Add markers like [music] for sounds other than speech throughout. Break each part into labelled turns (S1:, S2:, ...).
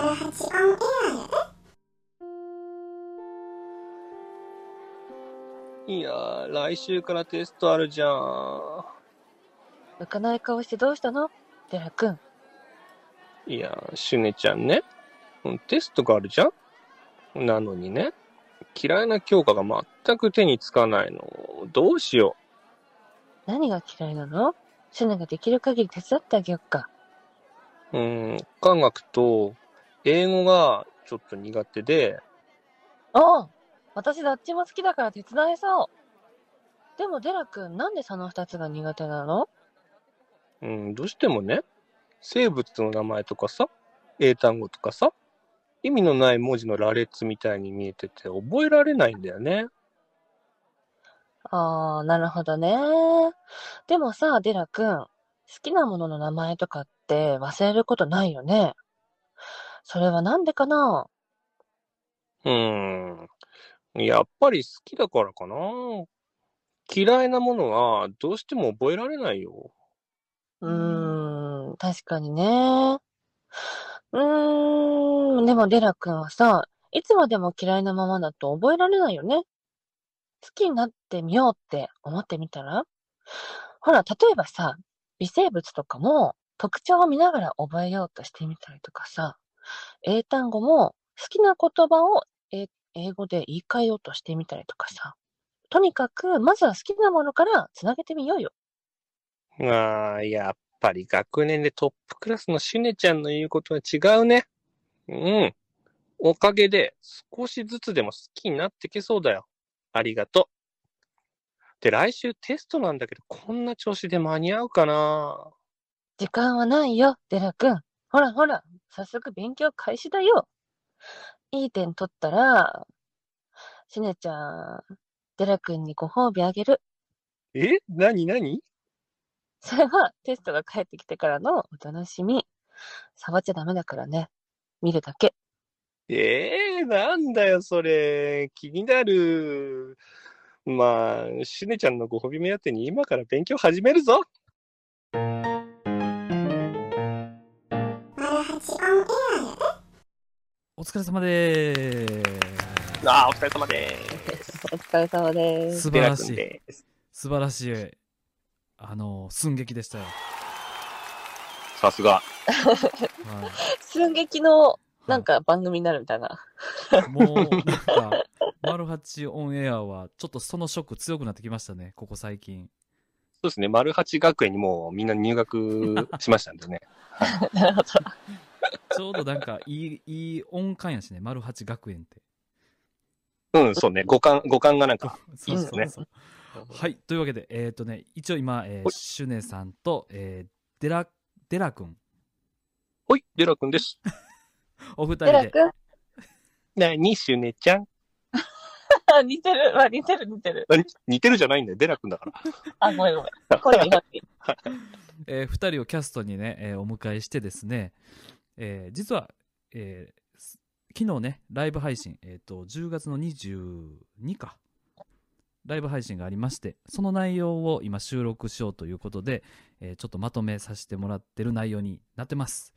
S1: on air.
S2: いやー、来週からテストあるじゃん。
S3: 浮かない顔してどうしたのデラ君。
S2: いやー、シュネちゃんね。うんテストがあるじゃん。なのにね、嫌いな教科が全く手につかないの。どうしよ
S3: 何が嫌いなのシュネができる限り手伝ってあげよっか。
S2: う。うん、科学と英語がちょっと苦手で、
S3: ああ私どっちも好きだから手伝えそう。でもデラ君、なんでその二つが苦手なの
S2: うん、どうしてもね、生物の名前とかさ、英単語とかさ、意味のない文字の羅列みたいに見えてて覚えられないんだよね。
S3: ああ、なるほどね。でもさ、デラ君、好きなものの名前とかって忘れることないよね。それはなんでかな
S2: うん。やっぱり好きだからかな。嫌いなものはどうしても覚えられないよ。
S3: うーん、確かにね。うーん、でもデラ君はさ、いつまでも嫌いなままだと覚えられないよね。好きになってみようって思ってみたらほら、例えばさ、微生物とかも特徴を見ながら覚えようとしてみたりとかさ、英単語も好きな言葉を英英語で言い換えようとしてみたりとかさ、とにかく、まずは好きなものからつなげてみようよ。
S2: ああ、やっぱり学年でトップクラスのシュネちゃんの言うことは違うね。うん。おかげで少しずつでも好きになってけそうだよ。ありがとう。で、来週テストなんだけど、こんな調子で間に合うかな。
S3: 時間はないよ、デラ君。ほらほら、早速勉強開始だよ。いい点取ったら、しねちゃん、デラ君にご褒美あげる。
S2: えなになに
S3: それはテストが帰ってきてからのお楽しみ。触っちゃダメだからね。見るだけ。
S2: ええなんだよ、それ。気になる。まあ、しねちゃんのご褒美目当てに今から勉強始めるぞ。
S1: Maruhachi on air.
S4: お疲れ様で。
S2: ああ、お疲れ様で
S3: お疲れ様ですす。
S4: 素晴
S2: デ
S4: ら
S2: ラ
S4: し
S2: 君
S4: い。
S2: です。
S4: 素晴らしい。あの、寸劇でしたよ。
S2: さすが。
S4: はい
S3: 寸劇のなん、か番組になるみたいな。
S4: はいもう、なんか、マルハチオンエアは、ちょっとそのショック強くなってきましたね、ここ最近。
S2: そうですね、丸八学園にもうみんな入学しましたんでね。 [laughs]
S3: なるほど。
S4: ちょうどなんか、いい、いい音感やしね、マルハチ学園って。
S2: うん、そうね、五感、五感が [laughs] なんか。
S4: そう
S2: いい
S4: そう
S2: です
S4: そう。はい、というわけで、えっ、とね、一応今、えー
S2: はい
S4: シュネさんと、えーデラ、デラ君、
S2: ほい、デラ君です。
S4: お二人
S3: デラ
S4: で、
S3: 君
S2: なに、しゅねちゃん。
S3: [laughs] 似てる。あ、似てる似てる。
S2: あに似てるじゃないんだよ、デラ君だから。
S3: あ、ごめんごめん。これ日本に。
S4: えー、2人をキャストにね、えーお迎えしてですね、えー実は、えーす昨日ね、ライブ配信、えーと、10月の22か、ライブ配信がありまして、その内容を今収録しようということで、えーちょっとまとめさせてもらってる内容になってます。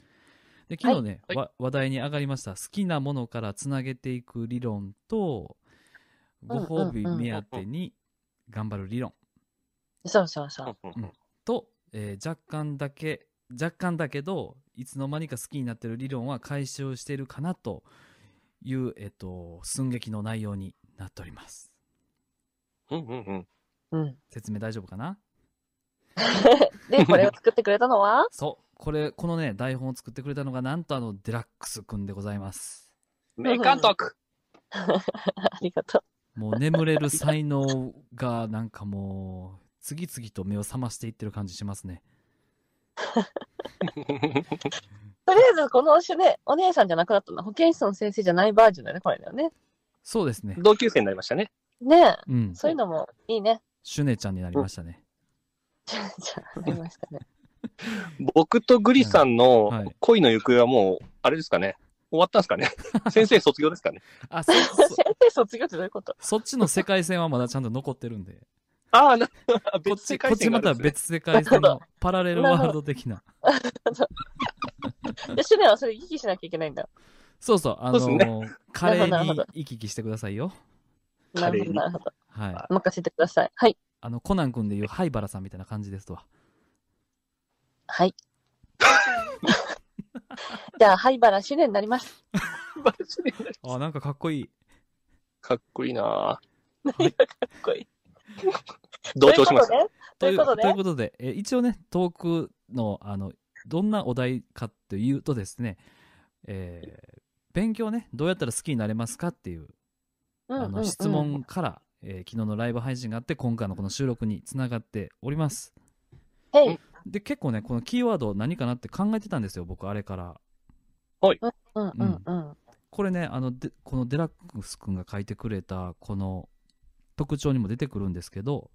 S4: で昨日ね、
S2: はい
S4: わ話題に上がりました、好きなものからつなげていく理論と、ご褒美目当てに頑張る理論。
S3: [laughs] そうそうそう。
S4: と、えー若干だけ若干だけどいつの間にか好きになってる理論は解消しているかなという、えっと寸劇の内容になっております
S2: うんうんうん。
S3: うん。
S4: 説明大丈夫かな
S3: で、これを作ってくれたのは [laughs]
S4: そうこれこのね台本を作ってくれたのがなんとあのデラックスくんでございます
S2: 名監督。
S3: ありがと
S4: もう眠れる才能がなんかもう次々と目を覚ましていってる感じしますね
S3: う。とりあえず、このシュネ、お姉さんじゃなくなったのは保健室の先生じゃないバージョンだよね、これだよね。
S4: そうですね
S2: [laughs] 同級生になりましたね。
S3: ねえ。
S4: うん
S3: そういうのもいいね。
S4: シュネちゃんになりましたね
S3: じゃあ、なりましたね。
S2: 僕とグリさん
S4: はいは
S2: の
S4: い
S2: 恋の行方はもう、あれですかね。終わったんですか
S4: [laughs]
S2: ね。先生卒業ですかね。
S4: あそそ
S3: 先生卒業ってどういうこと
S4: そっちの世界線はまだちゃんと残ってるんで
S2: ああ、な、
S4: [laughs] こっ
S2: 別
S4: ち、
S2: 世
S4: こ
S2: 界
S4: っち
S2: 線があ
S4: ま
S2: る
S4: た
S2: んですね
S4: 別世界線のパラレルワールド的な。
S3: でシュネはそれ、行き来しなきゃいけないんだ。
S4: そうそう、あの
S2: そうっす
S4: ー、カレ
S3: なる
S4: ー
S3: ほ
S4: に
S3: ど
S4: 行き来してくださいよ。
S3: なる
S2: カレ
S3: ほ
S2: ー
S3: ど、
S2: に
S3: なるほど。
S4: はい。
S3: 任せてください。はい。
S4: あの、コナン君でいう灰原さんみたいな感じですとは。
S3: はい。じゃあ、灰原主練になります。
S2: バレずに
S4: あ、なんかかっこいい。
S2: かっこいいな
S3: かっこいい。
S2: ぁ同調します。
S3: ということで
S4: ということで、えー一応ね、トークの、あの、どんなお題かというとですね、えー勉強ね、どうやったら好きになれますかっていう、
S3: うんうん
S4: あの、質問から、えー昨日のライブ配信があって、今回のこの収録につながっております。
S3: うん。へい。
S4: で、結構ね、このキーワード何かなって考えてたんですよ、僕、あれから。
S3: うんうんうん。
S4: これねあのでこのデラックス君が書いてくれたこの特徴にも出てくるんですけど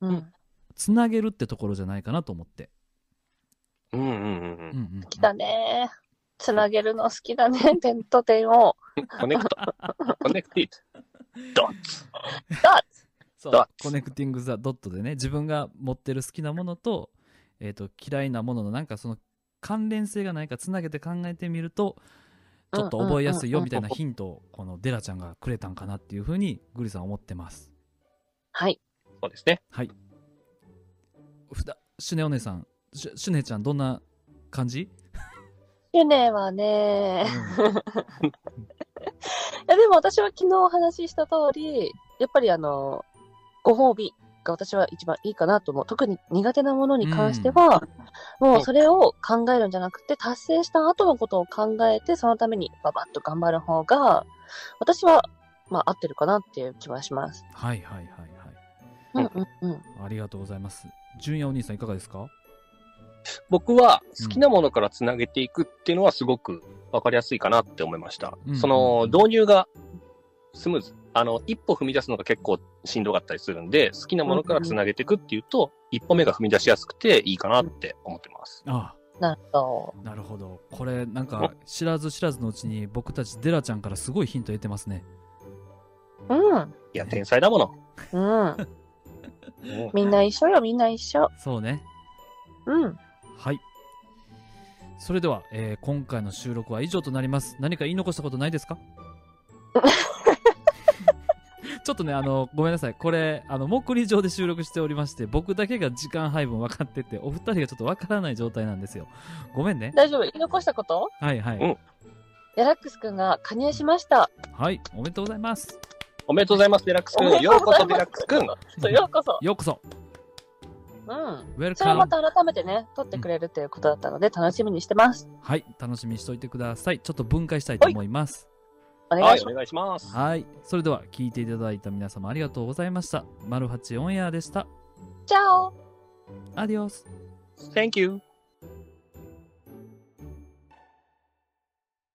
S3: うん。
S4: つなげるってところじゃないかなと思って、
S2: うんうんうんう
S4: う
S2: ん。
S4: うんんうん、
S3: 来たねー。つなげるの好きだね。点と点を。
S2: コネクト。コネクティッド。ドッツ。
S4: そう
S2: ドッツ
S4: コネクティング・ザ・ドットでね自分が持ってる好きなものと,、えー、と嫌いなもののなんかその関連性がないかつなげて考えてみるとちょっと覚えやすいよみたいなヒントをこのデラちゃんがくれたんかなっていうふうにグリさん思ってます
S3: はい。
S2: そうですね。
S4: はいふだシュネお姉さんシュシュネちゃんどんな感じ、
S3: 主練はねー。
S4: うん
S3: いやでも私は昨日お話しした通り、やっぱりあの、ご褒美が私は一番いいかなと思う。特に苦手なものに関しては、もうそれを考えるんじゃなくて、達成した後のことを考えて、そのためにババッと頑張る方が、私は、まあ合ってるかなっていう気はします。
S4: はいはいはいはい
S3: うんうんうん。
S4: ありがとうございます。純也お兄さんいかがですか
S2: 僕は好きなものからつなげていくっていうのはすごくわかりやすいかなって思いました。
S4: うん
S2: その導入がスムーズ。あの、一歩踏み出すのが結構しんどかったりするんで、好きなものからつなげていくっていうと、一歩目が踏み出しやすくていいかなって思ってます。
S4: あ
S3: なるほ
S4: あ、なるほど。これなんか知らず知らずのうちに僕たちデラちゃんからすごいヒント得てますね。
S3: ど。うん。
S2: いや、天才だもの。
S3: うん。
S2: うん
S3: みんな一緒よ、みんな一緒。
S4: そうね。
S3: うん。
S4: はい。それでは、えー今回の収録は以上となります。何か言い残したことないですかちょっとね、あの、ごめんなさい。これ、あの、目利上で収録しておりまして、僕だけが時間配分分かってて、お二人がちょっと分からない状態なんですよ。ごめんね。
S3: 大丈夫言い残したこと
S4: はいは
S2: う
S4: い
S2: ん。
S3: デラックスくんが加入しま [laughs] した。
S4: はい。おめでとうございます。
S2: おめでとうございます、デラックスくん。ようこそ、デラックスくん。
S3: そうようこそ。
S4: ようこそ。
S3: うん。
S4: ウェル
S3: それ
S4: カ
S3: をま
S4: ム。
S3: た改めてね、撮ってくれるということだったので、楽しみにしてます。
S4: はい、楽しみにしておいてください。ちょっと分解したいと思います。
S3: お願
S2: はいい、
S3: し
S2: お願いします。
S4: はい、それでは聞いていただいた皆様ありがとうございました。マルハチオンエアでした。
S3: ちゃお
S4: アディオス。
S2: Thank you.